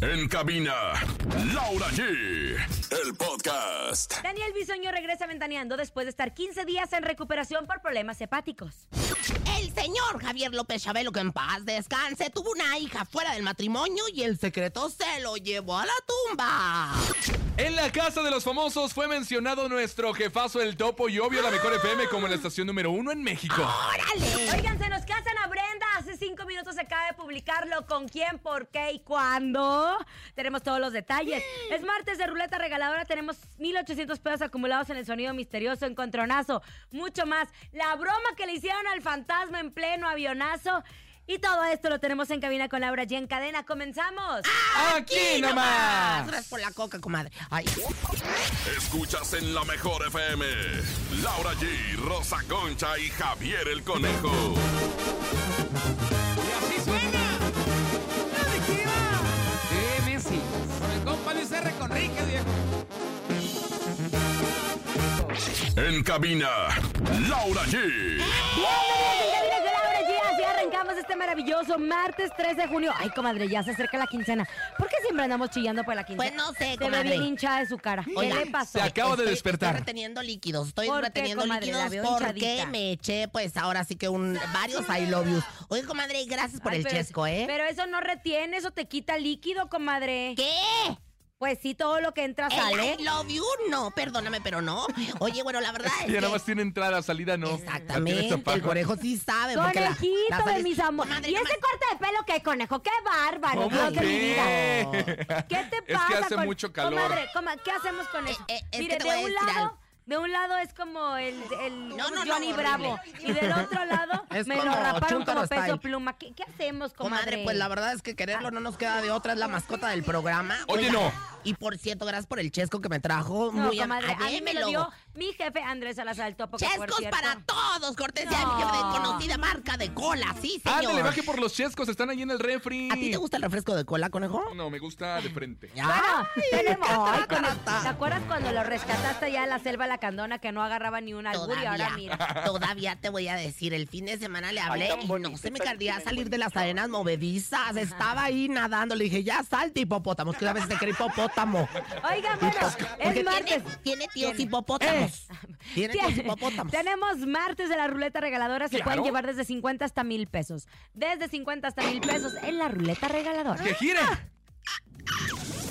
En cabina, Laura G. El podcast. Daniel Bisoño regresa ventaneando después de estar 15 días en recuperación por problemas hepáticos. El señor Javier López Chabelo, que en paz descanse, tuvo una hija fuera del matrimonio y el secreto se lo llevó a la tumba. En la casa de los famosos fue mencionado nuestro jefazo el topo y obvio la mejor FM como la estación número uno en México. ¡Órale! Oigan, se nos casan a Brenda. Hace cinco minutos se acaba de publicarlo. ¿Con quién, por qué y cuándo? Tenemos todos los detalles. Es martes de ruleta regaladora. Tenemos 1,800 pesos acumulados en el sonido misterioso, encontronazo, mucho más. La broma que le hicieron al fantasma en pleno avionazo. Y todo esto lo tenemos en cabina con Laura G en cadena. ¡Comenzamos! ¡Aquí nomás! Gracias por la coca, comadre. Ay. Escuchas en la mejor FM. Laura G, Rosa Concha y Javier el Conejo. Y así suena la adictiva de Messi. Con el compa Luis R. Conríquez, viejo. En cabina, Laura G. En cabina con Laura G. Así arrancamos este maravilloso martes 3 de junio. Ay, comadre, ya se acerca la quincena. ¿Por qué siempre andamos chillando por la quincena? Pues no sé, Se ve comadre. bien hinchada de su cara. ¿Qué Oiga, le pasó? se ac- Acabo de Estoy- despertar. Estoy reteniendo líquidos. Estoy ¿Por qué, reteniendo comadre? La veo líquidos porque hinchadita. me eché, pues ahora sí que un varios I love yous. Oye, comadre, gracias por Ay, el pero- chesco, ¿eh? Pero eso no retiene, eso te quita líquido, comadre. ¿Qué? Pues sí, todo lo que entra sale. El I love you, no, perdóname, pero no. Oye, bueno, la verdad es Ya nada que- más tiene entrada, salida no. Ya tiene Exactamente, tapajo. el conejo sí sabe. porque la- la Conejito sal de es- mis amores. Comadre, ¿Y no ese me- corte de pelo qué, conejo? ¡Qué bárbaro! ¿Cómo Dios de mi vida! cree? ¿Qué te Es pasa? que hace con- mucho calor. Comadre, coma- ¿qué hacemos con eso? Eh, eh, es Mire, que te voy de a un decir lado, algo. de un lado es como el, el- No, no, no, Johnny horrible. Bravo. Y del otro lado Es me lo como raparon como Chuntaro peso style. pluma. ¿Qué, qué hacemos, comadre? Comadre, pues la verdad es que quererlo no nos queda de otra, es la mascota del programa. Oye, no. Y por cierto, gracias por el chesco que me trajo. No, muy am- comadre, a mí me lo démelo. dio mi jefe Andrés Salazar el Topo. que por Chescos cierto- para todos, cortesía de No. mi jefe de conocida marca de cola, sí, señor. Ándale, Ah, baje por los chescos, están ahí en el refri. ¿A ti te gusta el refresco de cola, conejo? No, me gusta de frente. Bueno, Ay, tenemos. catarata. Ay, con el- ¿Te acuerdas cuando lo rescataste allá en la selva la candona que no agarraba ni un albur y ahora mira? todavía te voy a decir, el fin de semana le hablé y no se me cardía salir de las arenas movedizas. Estaba ahí nadando, le dije, ya salte hipopótamo, que a veces te cree hipopótamo. Oiga, bueno, Porque es martes. Pues, Eh. Tiene, tiene tíos hipopótamos. Tiene tíos hipopótamos. Tenemos martes de la ruleta regaladora. Se Claro. pueden llevar desde 50 hasta mil pesos. Desde 50 hasta mil pesos en la ruleta regaladora. ¡Que gire!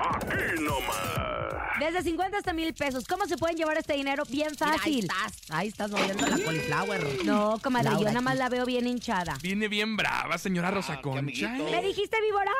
Aquí nomás. Desde 50 hasta mil pesos. ¿Cómo se pueden llevar este dinero? Bien Mira, ahí fácil. estás, ahí estás moviendo la cauliflower. No, comadre, yo Laura, nada más la veo bien hinchada. Viene bien brava, señora Ah, Rosa Concha. ¿eh? ¿Me dijiste víbora?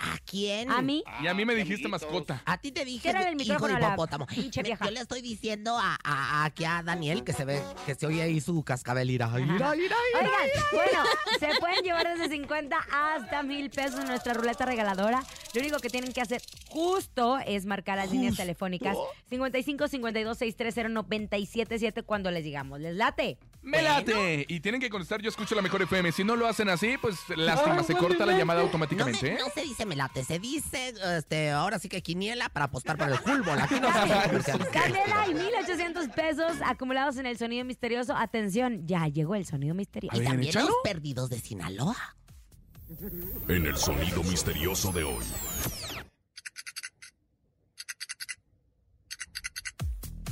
¿A quién? ¿A mí? Y a mí me dijiste mascota. A ti te dije Cierra el hijo micrófono de a la hipopótamo. pinche Me- vieja. Yo le estoy diciendo a, a, a- aquí a Daniel que se ve, que se oye ahí su cascabel. Ira, ira, ira, ira, ira. Oigan, bueno, se pueden llevar desde 50 hasta mil pesos en nuestra ruleta regaladora. Lo único que tienen que hacer justo es marcar las líneas telefónicas 55 52 630 977 cuando les digamos. Les late. ¡Me late! Y tienen que contestar, yo escucho la mejor FM. Si no lo hacen así, pues lástima, se corta la llamada No, me- automáticamente. ¿eh? Ah, no se dice melate, se dice este, ahora sí que quiniela para apostar para el fútbol. Aquí no se Candela y 1800 pesos acumulados en el sonido misterioso. Atención, ya llegó el sonido misterioso. Y ver, también échalo. los perdidos de Sinaloa. En el sonido misterioso de hoy.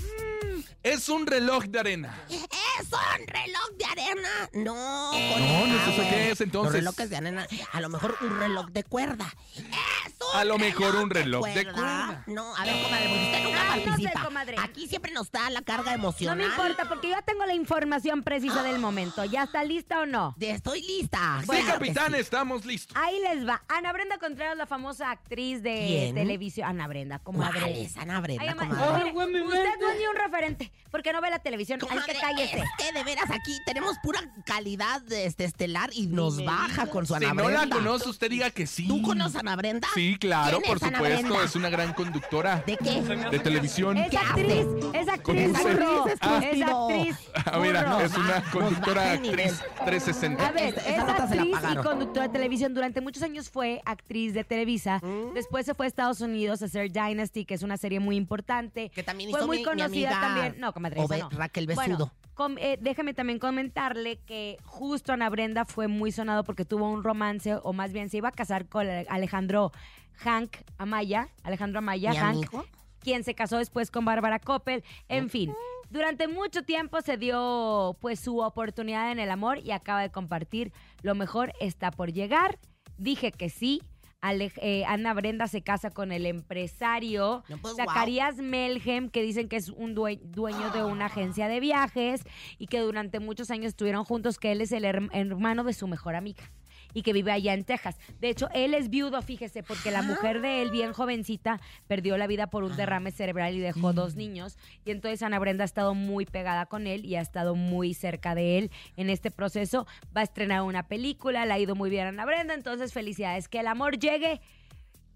¿eh? Es un reloj de arena. ¡Es un reloj de arena! No, con No, no el sé eso agua. qué es, Los entonces. relojes de arena, a lo mejor un reloj de cuerda. ¡Es un A lo mejor un reloj de de cuerda! cuerda. No, a ver, comadre, porque usted nunca Ay, no sé, participa. comadre. Aquí siempre nos da la carga No emocional. me importa porque yo tengo la información precisa del momento. ¿Ya está lista o no? De- Estoy lista. Sí, Claro que capitán, sí. estamos listos. Ahí les va. Ana Brenda Contreras, la famosa actriz de ¿Quién? televisión. Ana Brenda, comadre. Comadre, esa Ana Brenda, Ay, ama- comadre. mire, usted no es ni un referente, porque no ve la televisión. Así Comadre, que cállese. es que de veras aquí tenemos pura calidad de este estelar y nos baja con su Si Ana no la Brenda. conoce, usted diga que sí. ¿Tú conoces a Ana Brenda? Sí, Sí, claro, ¿Quién por es Ana supuesto, Brenda? es una gran conductora ¿De qué? de televisión. Es ¿Qué hace? actriz, es actriz, Conduce. burro. Es Ah, Es actriz, actriz. Ah, mira, burro. es una conductora actriz A 360. ver, Esa es nota se la actriz y pagaron. conductora de televisión. Durante muchos años fue actriz de Televisa. Mm. Después se fue a Estados Unidos a hacer Dynasty, que es una serie muy importante. Que también fue hizo muy mi- mi conocida amiga también. No, comadre, esa Obe- no. Raquel Bueno, Besudo. com- eh, déjame también comentarle que justo Ana Brenda fue muy sonado porque tuvo un romance, o más bien se iba a casar con Ale- Alejandro Hank Amaya. Alejandro Amaya, ¿Mi Hank amigo? quien se casó después con Bárbara Coppel. En fin, durante mucho tiempo se dio pues su oportunidad en el amor y acaba de compartir lo mejor está por llegar. Dije que sí. Ale- eh, Ana Brenda se casa con el empresario No, pues, guau. Zacarías Melhem, que dicen que es un due- dueño de una agencia de viajes y que durante muchos años estuvieron juntos, que él es el her- hermano de su mejor amiga y que vive allá en Texas. De hecho, él es viudo, fíjese, porque la mujer de él, bien jovencita, perdió la vida por un derrame cerebral y dejó dos niños. Y entonces Ana Brenda ha estado muy pegada con él y ha estado muy cerca de él en este proceso. Va a estrenar una película, le ha ido muy bien a Ana Brenda, entonces felicidades, que el amor llegue.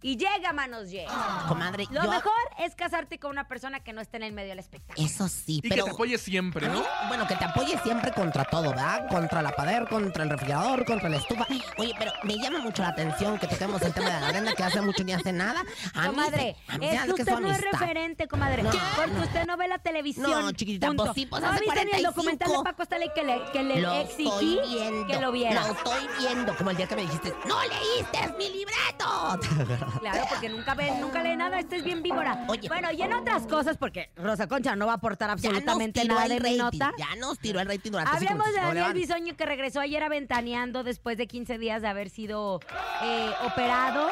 Y llega, manos Ah, llega. Comadre, Lo yo- mejor es casarte con una persona que no esté en el medio del espectáculo. Eso sí, Y que pero... te apoye siempre, ¿no? A mí, Bueno, que te apoye siempre contra todo, ¿verdad? Contra la pared, contra el refrigerador, contra la estufa. Oye, pero me llama mucho la atención que toquemos el tema de la arena, que hace mucho ni hace nada. A mí comadre, se- a mí se es hace que usted su no es amistad. referente, comadre. No. Porque usted no ve la televisión. No, chiquitita, punto. pues sí, pues ¿No hace viste ni el 45? documental de Paco Stanley que le, que le Lo exigí estoy viendo, que lo viera? Lo estoy viendo, como el día que me dijiste, ¡no leíste mi libreto! Claro, porque nunca ve, nunca lee nada, este es bien víbora. Oye. bueno, y en otras cosas, porque Rosa Concha no va a aportar ya nos absolutamente tiró nada el de mi rating, nota. ya nos tiró el rating durante cinco Hablemos de minutos, no le Daniel van. Bisoño que regresó ayer aventaneando después de 15 días de haber sido eh, operado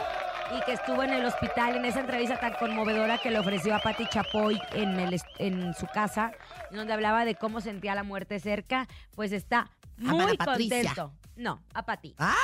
y que estuvo en el hospital en esa entrevista tan conmovedora que le ofreció a Patti Chapoy en, el, est- en su casa, en donde hablaba de cómo sentía la muerte cerca, pues está muy Ana Ah, Patricia. contento. No, a Pati. Ah,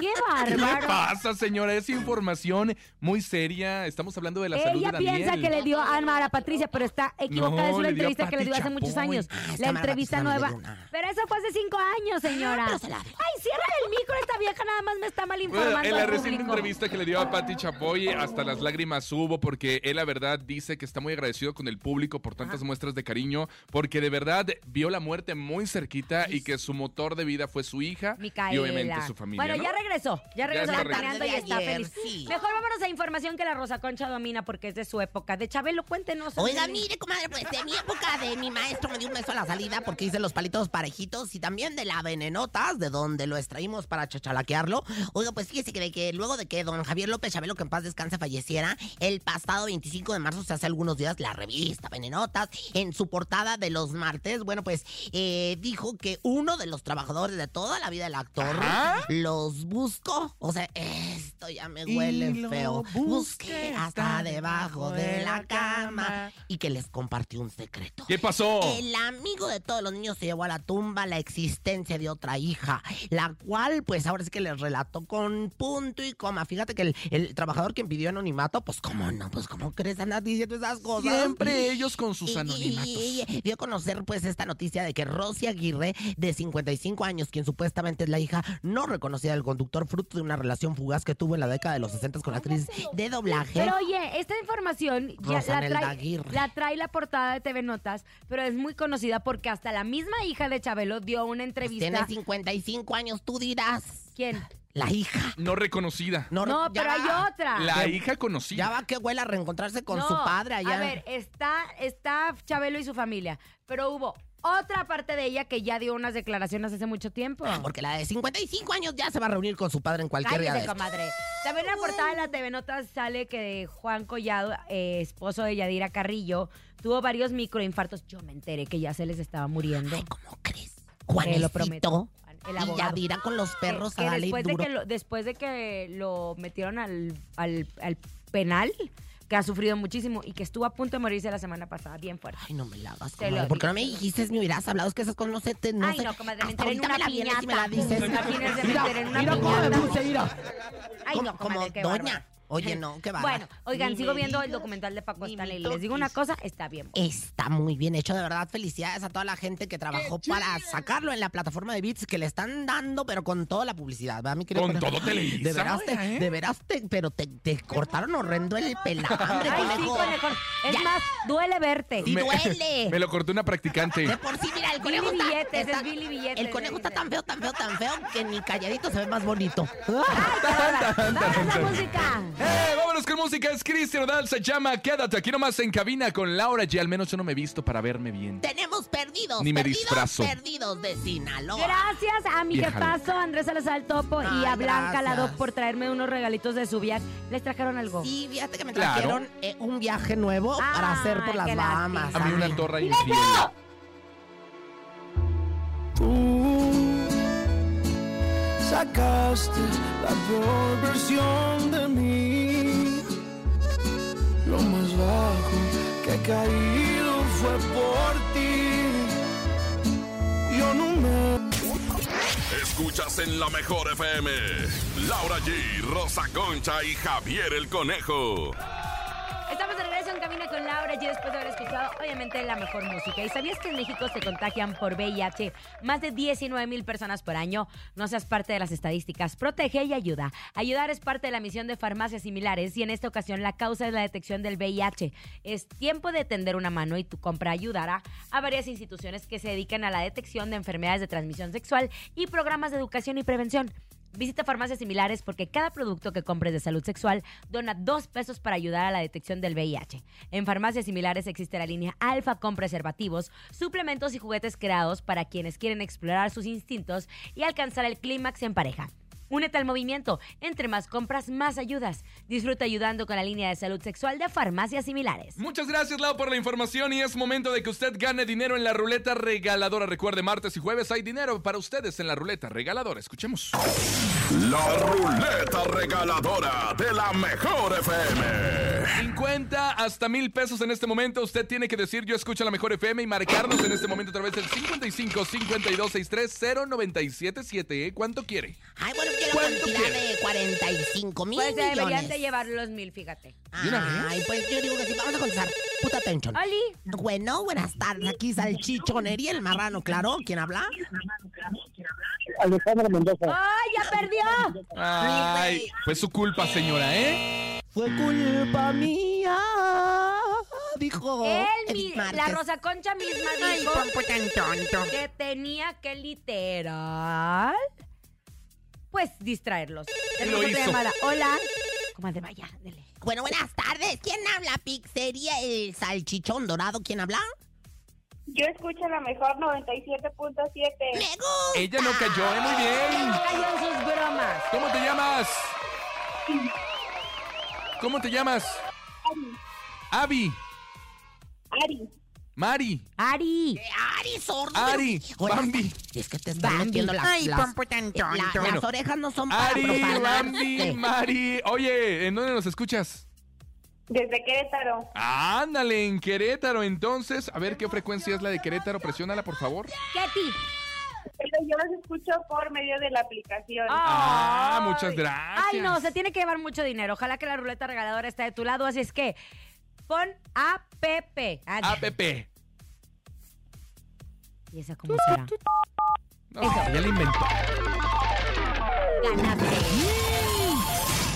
¡Qué ¿Qué le bárbaro! pasa, señora? Es información muy seria. Estamos hablando de la salud de Ella Daniel. piensa que le dio alma a Mara Patricia, pero está equivocada. No, es una le dio a entrevista que le Pati dio hace Chapoy. muchos años. Ah, es que la a Mara entrevista Patricia no le nueva. dio una. Pero eso fue hace cinco Ah, años, señora. pero se la dio. Ay, cierra el micro, esta vieja nada más me está mal informando. Bueno, en la al reciente público. entrevista que le dio a Patti Chapoy, hasta las lágrimas hubo porque él, la verdad, dice que está muy agradecido con el público por tantas muestras de cariño, porque de verdad vio la muerte muy cerquita y que su motor de vida fue su hija Micaela. y obviamente su familia. Bueno, ¿no? ya regresó. Ya regresó está ventaneando y regresando. está Ayer, feliz. sí. Mejor vámonos a información que la Rosa Concha domina porque es de su época. De Chabelo, cuéntenos. Oiga, Anneli. mire, comadre, pues de mi época de mi maestro me dio un beso a la salida porque hice los palitos parejitos y también de la venenotas, de donde lo extraímos para chachalaquearlo. Oiga, pues fíjese que, de que luego de que don Javier López Chabelo, que en paz descanse, falleciera, el pasado 25 de marzo, o sea, hace algunos días, la revista Venenotas, en su portada de los martes, bueno, pues eh, dijo que uno de los trabajadores de toda la vida del actor Ajá. los buscó. O sea, esto ya me huele lo feo. Busqué busqué hasta hasta debajo debajo de de la la cama cama. y que les compartió un secreto. ¿Qué pasó? El amigo de todos los niños se llevó a la tumba la existencia de otra hija, la cual pues ahora sí que les relató con punto y coma. Fíjate que el, el trabajador quien pidió anonimato, pues cómo no, pues cómo crees andar diciendo esas cosas. Siempre ellos con sus Y- anonimatos. y- y- dio a conocer pues esta noticia de que Rosy Aguirre, de 55 años, quien supuestamente es la hija no reconocida del conductor, fruto de una relación fugaz que tuvo en la década de los 60 con la actriz de doblaje. pues, Pero oye, esta información ya la, Rosanelda trae, Aguirre. la trae la portada de TV Notas, pero es muy conocida porque hasta la misma hija de Chabelo dio una Pues entrevista. tiene 55 años, tú dirás. ¿Quién? La hija. No reconocida. No, ya pero hay va. otra. La Que- hija Ya conocida. va que huela a reencontrarse con No, su padre allá. A ver, está, está Chabelo y su familia, pero hubo otra parte de ella que ya dio unas declaraciones hace mucho tiempo. Porque la de 55 años ya se va a reunir con su padre en cualquier día. de Cállese, estos. comadre. También en la portada de la TV Notas sale que Juan Collado, eh, esposo de Yadira Carrillo, tuvo varios microinfartos. Yo me enteré que ya se les estaba muriendo. Ay, ¿cómo crees? Te lo prometo. Juanecito El y abogado. Yadira con los perros que a darle después, de duro. que lo, después de que lo metieron al, al- al penal, que ha sufrido muchísimo y que estuvo a punto de morirse la semana pasada, bien fuerte. Ay, no me la hagas, Te lo comadre. ¿Por qué no me dije. dijiste me hubieras hablado? Es que esas cosas no se te... No Ay, se- no, comadre, me Hasta enteré en ahorita una me la vienes y me la piñata. dices. Imagínese, me enteré en una mira cómo me piñata. puse, mira. Ay, como no, comadre, como qué doña. bárbaro. Oye, no, qué va. Bueno, oigan, Ni sigo me viendo el digas, documental de Paco ni Stanley me y les digo una toques. cosa, está bien. Está muy bien hecho, de verdad. Felicidades a toda la gente que trabajó para sacarlo en la plataforma de Beats, que le están dando, pero con toda la publicidad, ¿verdad, mi querido Con conejo? todo Televisa, De veras, te- oiga, ¿eh? de veras te- pero te, te cortaron horrendo el pelambre, Ay, sí, conejo. conejo. Es Ya. más, duele verte. Sí, Me- duele. Me lo cortó una practicante. De por sí, mira, el Billy conejo está- Billetes, está- es Billy Billetes, El conejo está dice. tan feo, tan feo, tan feo, que ni calladito se ve más bonito. Vamos a la música. ¡Eh! Vámonos con música. Es Cristian Odal. Se llama Quédate aquí nomás en cabina con Laura G. Al menos yo no me he visto para verme bien. Tenemos perdidos, Ni me perdidos, disfrazo. perdidos de Sinaloa. Gracias a mi Vieja jefazo Andrés Salazar el Topo y Ay, a Blanca gracias. la Doc por traerme unos regalitos de su viaje. ¿Les trajeron algo? Sí, fíjate que me Claro. trajeron eh, un viaje nuevo para hacer por Ay, las Ah, qué lástima. Bahamas. A mí una amigo. torre infiel. Tú sacaste la peor versión de mí. Lo más bajo que he caído fue por ti. Yo no me Escuchas en la mejor FM. Laura G, Rosa Concha y Javier el Conejo. Estamos de regreso en Camina con Laura y después de haber escuchado obviamente la mejor música. ¿Y sabías que en México se contagian por VIH más de 19 mil personas por año? No seas parte de las estadísticas. Protege y ayuda. Ayudar es parte de la misión de farmacias similares y en esta ocasión la causa es la detección del VIH. Es tiempo de tender una mano y tu compra ayudará a varias instituciones que se dedican a la detección de enfermedades de transmisión sexual y programas de educación y prevención. Visita farmacias similares porque cada producto que compres de salud sexual dona dos pesos para ayudar a la detección del VIH. En farmacias similares existe la línea Alfa con preservativos, suplementos y juguetes creados para quienes quieren explorar sus instintos y alcanzar el clímax en pareja. Únete al movimiento. Entre más compras, más ayudas. Disfruta ayudando con la línea de salud sexual de farmacias similares. Muchas gracias, Lau, por la información y es momento de que usted gane dinero en la ruleta regaladora. Recuerde, martes y jueves hay dinero para ustedes en la ruleta regaladora. Escuchemos. La ruleta regaladora de la mejor FM. 50 hasta mil pesos en este momento. Usted tiene que decir yo escucho la mejor FM y marcarnos en este momento a través del 55 52 63 0977. ¿eh? ¿Cuánto quiere? Ay, bueno, quiero ¿Cuánto cantidad de 45 mil Pues deberían millones. de llevar los mil, fíjate. Ay, pues yo digo que sí, vamos a contestar. Puta atención. Oli, Bueno, buenas tardes. Aquí Salchichón, y el marrano, claro. ¿Quién habla? Alejandra Mendoza. ¡ay, ya perdió! Ay, fue su culpa, señora, ¿eh? Fue culpa mía, Ah, dijo. Él, Edith mi- la Márquez. Rosa Concha misma Ay, dijo... pompo tan tonto. que tenía que literal pues distraerlos. Tenemos otra hizo. llamada. Hola. Comadre, vaya, dele. Bueno, buenas tardes. ¿Quién habla? Pizzería El Salchichón Dorado. ¿Quién habla? Yo escucho la mejor 97.7. ¡Me gusta! Ella no cayó, ¿eh? Muy bien. No cayó en sus bromas. ¿Cómo te llamas? ¿Cómo te llamas? Abby, Ari, Mari, Ari. Ari sordo. Ari, pero- Oye, Bambi. Es que te están metiendo las, las, la- las orejas no son para Ari, profanarse. Bambi, Mari. Oye, ¿en dónde nos escuchas? desde Querétaro. Ándale, en Querétaro. Entonces, a ver qué frecuencia es la de Querétaro. Presiónala, por favor. Ketty. Pero yo los escucho por medio de la aplicación. Ah, Ay. muchas gracias. Ay, no, se tiene que llevar mucho dinero. Ojalá que la ruleta regaladora esté de tu lado. Así es que pon APP. Ah, APP. ¿Y esa cómo será? No, ya la inventó.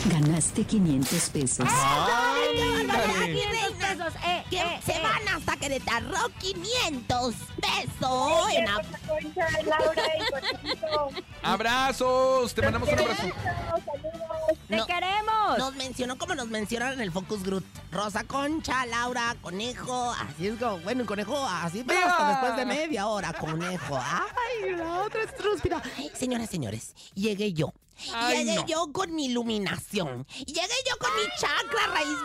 Ganaste 500 pesos. Ándale. 500 pesos. Eh, Que eh, se eh. van hasta Querétaro 500 pesos pues, en la- Rosa Concha, Laura y Cochito. Abrazos, te mandamos un abrazo. Saludos. Te No. queremos. Nos mencionó como nos mencionaron en el Focus Group. Rosa Concha, Laura, Conejo, así es como, bueno, Conejo, así, pero hasta después de media hora, Conejo. Ay, la otra estrúspida. Señoras, señores, llegué yo. llegué yo con mi iluminación. Llegué yo con mi chakra raíz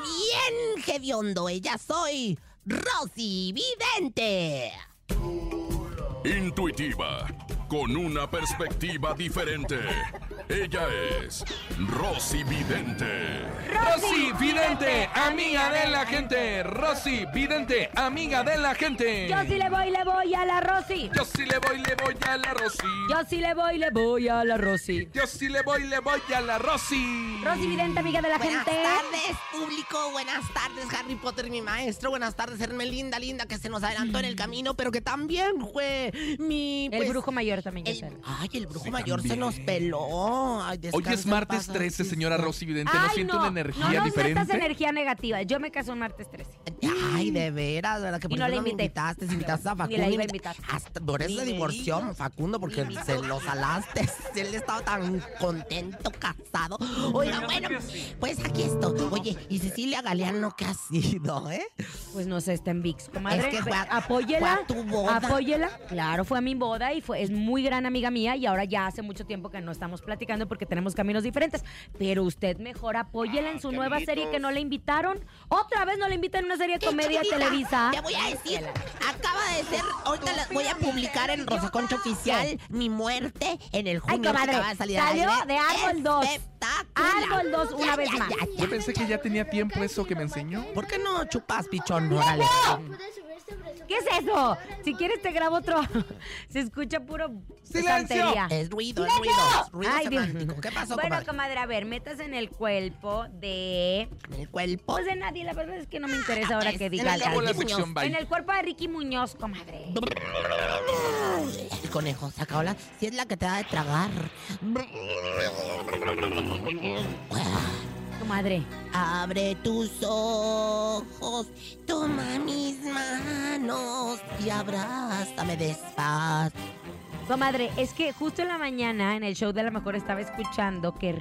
bien hediondo. Ella soy Rosy Vidente. Intuitiva, con una perspectiva diferente. Ella es Rosy Vidente. Rosy Vidente, amiga de la gente. Rosy Vidente, amiga de la gente. Yo sí le voy, le voy a la Rosy. Yo sí le voy, le voy a la Rosy. Yo sí le voy, le voy a la Rosy. Yo sí le voy, le voy a la Rosy. Rosy Vidente, amiga de la Buenas gente. tardes, público. Buenas tardes, Harry Potter, mi maestro. Buenas tardes, Hermelinda, linda, que se nos adelantó en el camino, pero que también fue mi... Mm. El pues, brujo mayor también. ya el- sabes. ay, el brujo Sí, mayor se también. nos peló. Ay, Hoy descansa es en martes paz, 13, Francisco. señora Rosy Vidente. Ay, ¿No siente una no energía nos metas diferente? energía negativa. Yo me caso un martes 13. Ay, de veras, ¿verdad? Que Mm. Y por no eso la no me invité. invitaste, si invitaste a Facundo. Ni la iba a invita- invitar. Hasta por eso Ni se me divorció Facundo, porque se lo salaste. Él estaba tan contento, casado. Oiga, bueno, pues aquí estoy. Oye, ¿y Cecilia Galeano qué ha sido, eh? Pues no sé, está en VIX, comadre. Es que fue a- apóyela. fue a tu boda. Apóyela. Claro, fue a mi boda y fue, es muy gran amiga mía y ahora ya hace mucho tiempo que no estamos platicando porque tenemos caminos diferentes. Pero usted mejor apóyela en su nueva serie que no le invitaron. Otra vez no le invitan a una serie de ¿Qué, comedia chiquitita? Televisa. Te voy a decir, acaba de ser, ahorita la- voy a publicar en Rosa Concha Oficial mi muerte en el Ay, junio que comadre. acaba de salir. al Salió aire. de Árbol 2. Espectacular. Árbol 2 una Ya, vez ya, más. ya, Yo pensé que ya tenía tiempo eso que me enseñó. ¿Por qué no chupas, pichón? Órale. ¿Qué es eso? Si quieres te grabo otro. Se escucha puro ¡Silencio! santería. Es ruido, es ruido. es ruido Ay, Dios. semántico. ¿Qué pasó, Bueno, comadre? comadre, a ver, metas en el cuerpo de... En el cuerpo. Pues de nadie, la verdad es que no me interesa ahora que pues, diga en el algo. Acabó la Ricky sección, Muñoz. bye. En el cuerpo de Ricky Muñoz, comadre. El conejo sacó la... Si es la que te da de tragar. Comadre. Abre tus ojos, toma mis manos y abrázame despacio. Comadre, es que justo en la mañana en el show de la mejor estaba escuchando que yo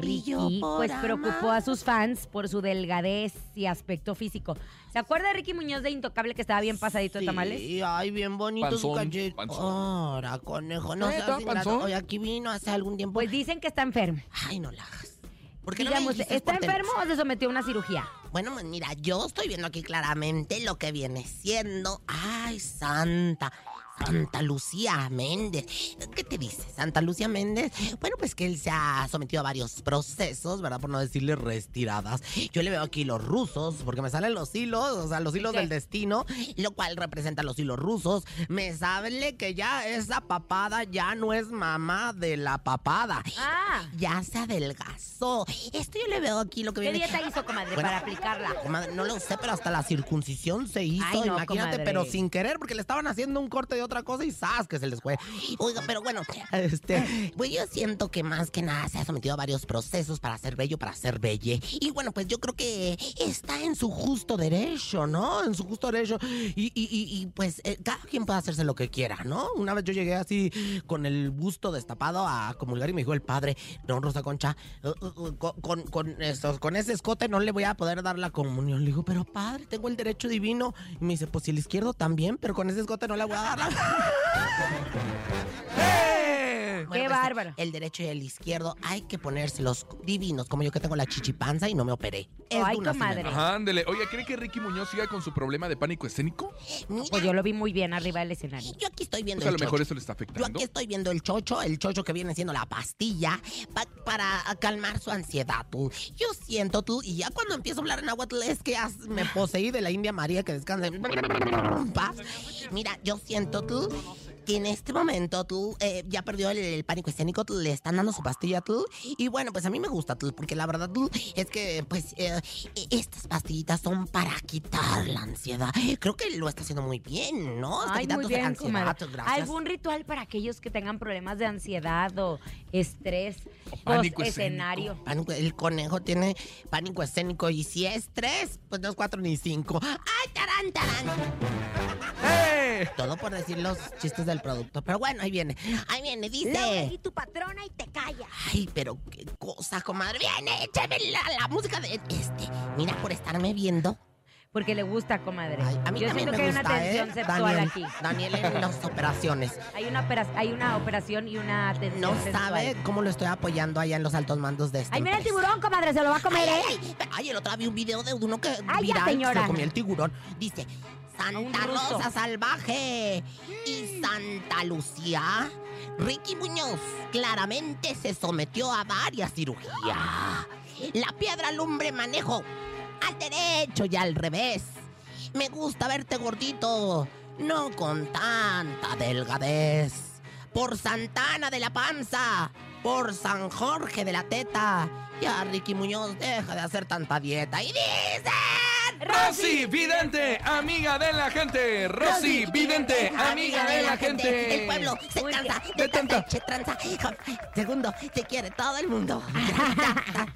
Ricky por pues amar. preocupó a sus fans por su delgadez y aspecto físico. ¿Se acuerda de Ricky Muñoz de Intocable que estaba bien pasadito de tamales? Sí, ay, bien bonito su Panzón, cachete. panzón. Ahora, conejo, no ¿Eh, seas todo ingrato. panzón? Oye, aquí vino hace algún tiempo. Pues dicen que está enfermo. Ay, no la hagas. ¿Por qué no me Digamos, dijiste ¿está por teléfono? enfermo o se sometió a una cirugía? Bueno, pues mira, yo estoy viendo aquí claramente lo que viene siendo. ¡Ay, Santa! Santa Lucía Méndez. ¿Qué te dice Santa Lucía Méndez? Bueno, pues que él se ha sometido a varios procesos, ¿verdad? Por no decirle retiradas. Yo le veo aquí los rusos, porque me salen los hilos, o sea, los hilos ¿Qué? del destino, lo cual representa los hilos rusos. Me sale que ya esa papada ya no es mamá de la papada. Ah, Ya se adelgazó. Esto yo le veo aquí lo que ¿qué viene. dieta hizo, comadre, Bueno, para aplicarla? Comadre, no lo sé, pero hasta la circuncisión se hizo, Ay, no, imagínate, comadre. pero sin querer, porque le estaban haciendo un corte de otra cosa y ¡zas! que se les fue. Oiga, pero bueno, este, pues yo siento que más que nada se ha sometido a varios procesos para ser bello, para ser belle. Y bueno, pues yo creo que está en su justo derecho, ¿no? En su justo derecho. Y, y- y- y, pues eh, cada quien puede hacerse lo que quiera, ¿no? Una vez yo llegué así con el busto destapado a comulgar y me dijo el padre, no, Rosa Concha, eh, eh, eh, con, con, con estos- con ese escote no le voy a poder dar la comunión. Le digo, pero padre, tengo el derecho divino. Y me dice, pues si el izquierdo también, pero con ese escote no le voy a dar la Eh. bueno, ¡Qué pues, bárbaro! El derecho y el izquierdo hay que ponérselos divinos, como yo que tengo la chichipanza y no me operé. Es Ay, de una comadre. semana. Ajá, ándele. Oye, ¿cree que Ricky Muñoz siga con su problema de pánico escénico? Mira, Pues yo lo vi muy bien arriba del escenario. yo aquí estoy viendo Pues a el lo mejor chocho. eso le está Yo afectando. aquí estoy viendo el chocho, el chocho que viene siendo la pastilla pa- para calmar su ansiedad, tú. Yo siento tú, y ya cuando empiezo a hablar en náhuatl es que as- me poseí de la India María que descansa en paz. Mira, yo siento tú que en este momento tú eh, ya perdió el, el pánico escénico, tú, le están dando su pastilla tú. Y bueno, pues a mí me gusta tú, porque la verdad tú es que pues eh, e- estas pastillitas son para quitar la ansiedad. Creo que lo está haciendo muy bien, ¿no? Está Ay, muy quitándose la bien, ansiedad, comadre. tú, gracias. ¿Algún ritual para aquellos que tengan problemas de ansiedad o estrés O pánico post escenario? Pánico- el conejo tiene pánico escénico y si es tres, pues no es cuatro ni cinco. ¡Ay, tarán, tarán! ¡Eh! Todo por decir los chistes del producto. Pero bueno, ahí viene. Ahí viene, Laura, dice. y tu patrona y te callas. Ay, pero qué cosa, comadre. Viene, échame la, la música de este. Mira, por estarme viendo. Porque le gusta, comadre. Ay, a mí Yo siento también me que hay gusta, una tensión ¿eh? sexual Daniel, aquí. Daniel en las operaciones. Hay una, opera- hay una operación y una tensión No sexual. sabe cómo lo estoy apoyando allá en los altos mandos de este. ¡Ay, mira el tiburón, comadre! Se lo va a comer, Ay, ¿eh? ay, ay. Ay, el otro día vi un video de uno que Ay, ya, viral, que señora. se comió el tiburón. Dice, un Santa ruso. Rosa Salvaje y Santa Lucía, Ricky Muñoz claramente se sometió a varias cirugías. La piedra lumbre manejo al derecho y al revés. Me gusta verte gordito, no con tanta delgadez. Por Santana de la panza, por San Jorge de la teta. Ya, Ricky Muñoz, deja de hacer tanta dieta. Y dicen... Rosy Vidente, amiga de la gente. Rosy Vidente, amiga de la gente. El pueblo se Uy, cansa de de tanta tanta. leche tranza. Segundo, te quiere todo el mundo. Ah.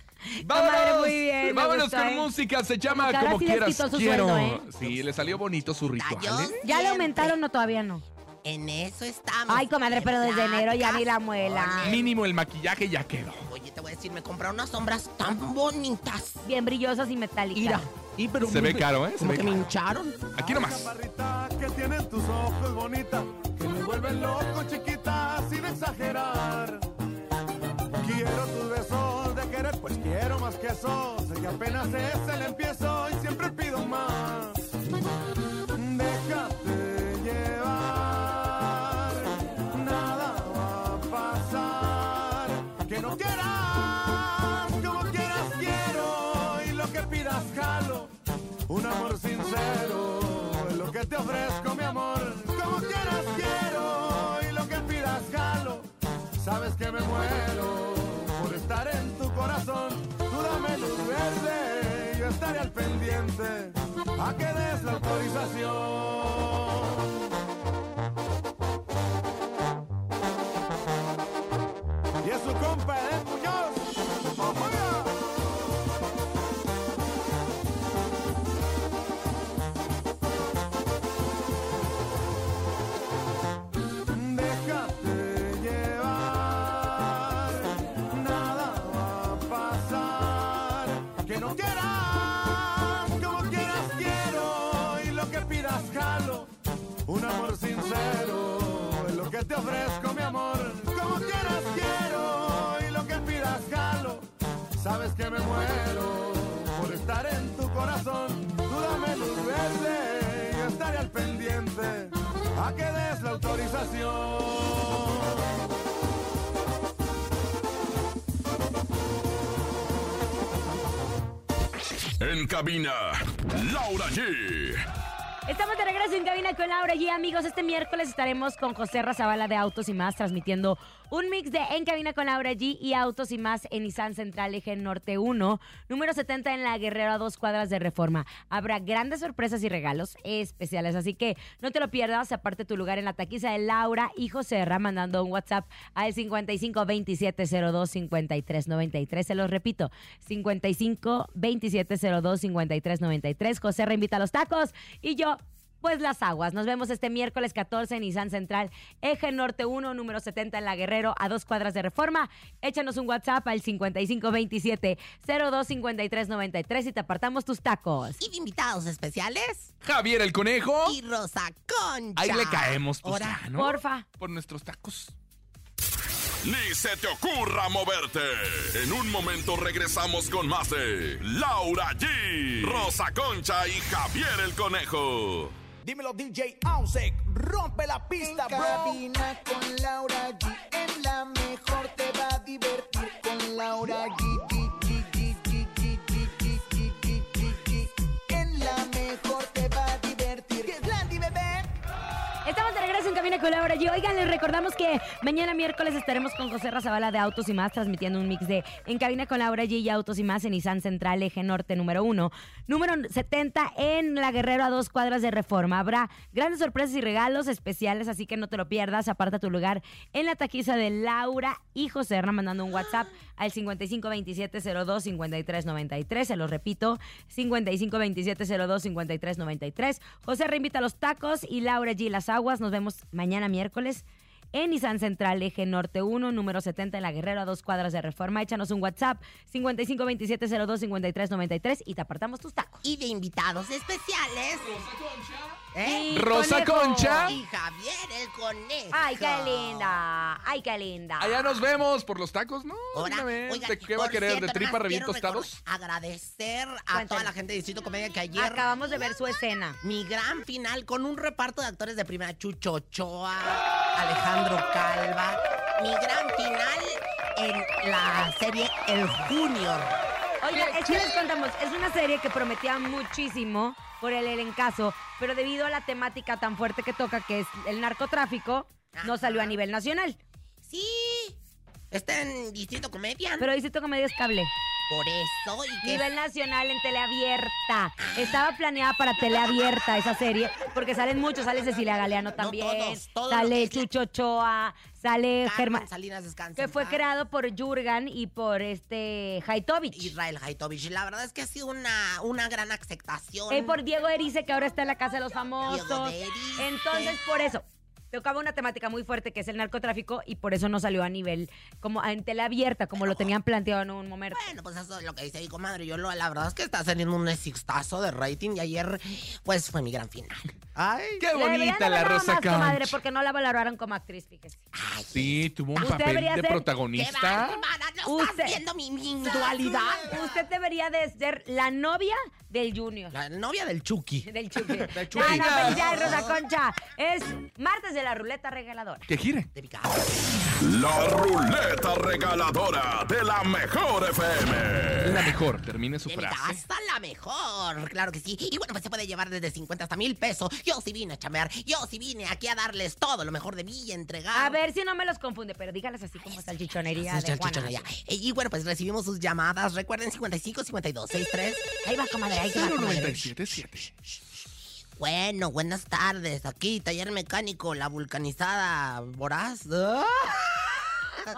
Comadre, muy bien, me vámonos gustó, con ¿eh? música. Se llama Porque ahora como sí les quieras. quitó su Quiero. sueldo, ¿eh? Sí, le salió bonito su ritual. Rayos ¿eh? ¿Ya le siempre. aumentaron o todavía no? En eso estamos. Ay, comadre, pero desde enero ya ni la muela. ¿eh? Mínimo el maquillaje ya quedó. Oye, te voy a decir, me compraron unas sombras tan bonitas. Bien brillosas y metálicas. Mira. Y pero Se ve caro, ¿eh? Se Como ve que me caro. hincharon. Aquí nomás. Chaparrita que tienen tus ojos bonita, que me vuelven loco chiquita sin exagerar. Quiero tus besos de querer, pues quiero más que eso. Sé que apenas es el empiezo y siempre pido más. Déjate llevar, nada va a pasar. Que no quieras, como quieras quiero y lo que pidas jalo. Un amor sincero, es lo que te ofrezco mi amor. Como quieras quiero y lo que pidas jalo. Sabes que me muero por estar en tu corazón. Tú dame luz verde, yo estaré al pendiente a que des la autorización. Y es su compa, ¿eh, Muñoz? ¡Ojalá! Déjate llevar, nada va a pasar. Que no quieras, como quieras quiero y lo que pidas jalo. Un amor sincero es lo que te ofrezco, mi amor. Como quieras quiero y lo que pidas jalo. Sabes que me muero por estar en tu corazón. Tú dame luz verde, yo estaré al pendiente a que des la autorización. En cabina, Laura G. Estamos de regreso en cabina con Laura G. Amigos, este miércoles estaremos con José Razabala de Autos y Más transmitiendo un mix de En cabina con Laura G y Autos y Más en Nissan Central Eje Norte 1, número 70 en La Guerrero a dos cuadras de Reforma. Habrá grandes sorpresas y regalos especiales, así que no te lo pierdas. Aparte tu lugar en la taquiza de Laura y José Ra mandando un WhatsApp al 55 27 02 53 93. Se los repito, 55 27 02 53 93. José Ra invita a los tacos y yo, pues las aguas. Nos vemos este miércoles 14 en Izan Central, Eje Norte 1, número 70 en La Guerrero, a dos cuadras de Reforma. Échanos un WhatsApp al 5527-025393 y te apartamos tus tacos. Y de invitados especiales. Javier el conejo. Y Rosa Concha. Ahí le caemos, pues, Ahora, ya, ¿no? Porfa. Por nuestros tacos. Ni se te ocurra moverte. En un momento regresamos con más de Laura G, Rosa Concha y Javier el Conejo. Dímelo DJ Ausek, rompe la pista, bro. En cabina con Laura G. En la mejor te va a divertir con Laura G. G, G, G, G, G, G, G, G, G, G, G. En la mejor te va a divertir. ¿Qué es Landy, bebé? Estamos de regreso en Camino con Laura G. Oigan, les recordamos que mañana miércoles estaremos con José Razabala de Autos y Más transmitiendo un mix de En Cabina con Laura G y Autos y Más en Izan Central, Eje Norte número 1. Número 70 en La Guerrero a dos cuadras de Reforma. Habrá grandes sorpresas y regalos especiales, así que no te lo pierdas. Aparta tu lugar en la taquiza de Laura y José Hernández mandando un WhatsApp al 5527025393. Se los repito, 5527025393. José reinvita los tacos y Laura G las aguas. Nos vemos mañana miércoles. En Izan Central, eje norte 1, número 70 en La Guerrero, a dos cuadras de Reforma. Échanos un WhatsApp, 5527025393 y te apartamos tus tacos. Y de invitados Y especiales. ¿Eh? Rosa conejo. Concha. Y Javier el conejo. Ay, qué linda. Ay, qué linda. Allá nos vemos por los tacos, ¿no? Ahora, Una vez, oigan, ¿de ¿Qué va a por querer? cierto, ¿De nada tripa, más revientos, quiero tostados? recordar- Agradecer a toda Cuéntanos. la gente de Distrito Comedia que ayer Acabamos de ver su escena. mi gran final con un reparto de actores de primera Chucho Ochoa, Alejandro Calva. Mi gran final en la serie El Junior. Oiga, es que les contamos, es una serie que prometía muchísimo por el elencazo, pero debido a la temática tan fuerte que toca, que es el narcotráfico, no salió a nivel nacional. Sí. Está en Distrito Comedia. Pero dice que medio es cable. Por eso y que Nivel nacional en teleabierta. Estaba planeada para teleabierta esa serie, porque salen muchos, sale Cecilia Galeano también, todos, todo lo que sale es la- Chucho Ochoa, sale Carmen Germán, Salinas descansa. que en fue paz. creado por Jurgen y por este Haitovich. Israel Haitovich. La verdad es que ha sido una, una gran aceptación. Eh, por Diego Erice, que ahora está en la Casa de los Diego Famosos. de Erice. Entonces, por eso. Tocaba una temática muy fuerte que es el narcotráfico y por eso no salió a nivel, como en tela abierta, como lo tenían planteado en un momento. Bueno, pues eso es lo que dice mi comadre. Yo lo, la verdad es que está saliendo un exitazo de rating y ayer, pues fue mi gran final. Ay. ¡Qué Le deberían bonita haber la dado Rosa más, comadre, Concha! porque no la valoraron como actriz, fíjese. Sí, tuvo un Usted papel debería de ser- ¡Qué protagonista. bárbara! ¿No Usted- estás viendo mi, mi dualidad? Usted debería de ser la novia del Junior. La novia del Chucky. Del Chucky. Del Chucky. No, no, felicidades, Rosa Concha. Es martes de la ruleta regaladora. Que gire. De picado. La ruleta regaladora de la mejor FM. La mejor. Termine su De mi frase. casa la mejor, claro que sí. Y bueno, pues se puede llevar desde 50 hasta mil pesos. Yo sí vine a chamear, yo sí vine aquí a darles todo lo mejor de mí y entregar. A ver si no me los confunde, pero dígales así como salchichonería Sus de Juana. salchichonería. Eh, Y bueno, pues recibimos sus llamadas. Recuerden 55 52 63. Ahí va, comadre, ahí va, comadre. 097.7. Bueno, buenas tardes. Aquí, taller mecánico, la vulcanizada voraz. ¡Ah!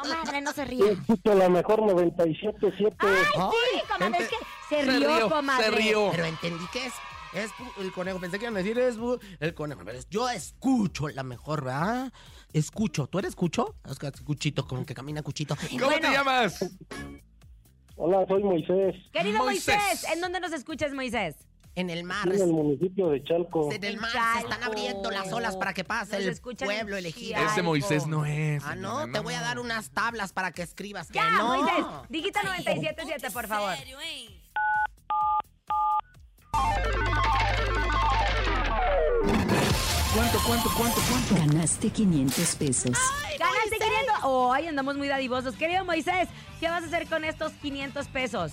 Comadre, no se ríe. la mejor 97.7. Ay, sí, comadre, es que se rió, comadre. Se rió. Pero entendí que es, es pu- el conejo. Pensé que iban a decir es bu- el conejo. Pero es- yo escucho la mejor, ¿verdad? Escucho. ¿Tú eres cucho? Es que es cuchito, como que camina cuchito. ¿Cómo Bueno. te llamas? Hola, soy Moisés, Querido Moisés. Moisés. ¿en dónde nos escuchas, Moisés? En el mar. aquí en el municipio de Chalco. En el En mar se Chalco. están abriendo las olas para que pase Nos el escuchan pueblo en elegido. Chiapas. Ese Moisés no es. Ah, señora, no, te voy a dar unas tablas para que escribas. que Ya, no. Moisés, digita 977, por favor. ¿Cuánto, cuánto, cuánto, cuánto? Ganaste 500 pesos. Ganaste 500. Hoy andamos muy dadivosos. Querido Moisés, ¿qué vas a hacer con estos 500 pesos?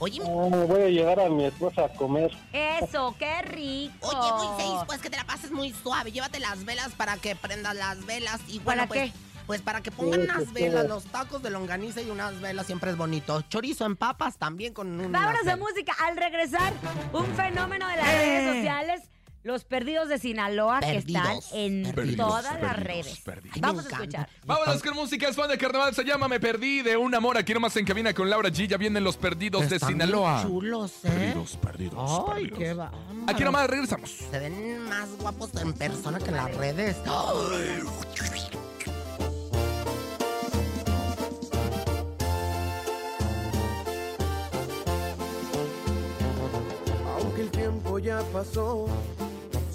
Oye, mi- Ah, voy a llevar a mi esposa a comer. Eso, qué rico. oye, Moisés, pues que te la pases muy suave. Llévate las velas para que prendas las velas. Y bueno, ¿Para qué? pues, Pues para que pongan Sí, unas pues, velas, todo. los tacos de longaniza y unas velas siempre es bonito. Chorizo en papas también con un. Vámonos de música. Al regresar, un fenómeno de las redes sociales. Los perdidos de Sinaloa que Perdidos, están en perdidos, todas las perdidos, redes. perdidos. Ay, me Vamos a encanta. escuchar. Vámonos con música, es fan de carnaval, se llama Me Perdí de un amor. Aquí nomás en cabina con Laura G. Ya vienen los perdidos de Sinaloa. Chulos, ¿eh? Perdidos, perdidos, Ay, perdidos. qué va. Aquí nomás regresamos. Se ven más guapos en persona que en las redes. ¡Oh, Ay. Aunque el tiempo ya pasó,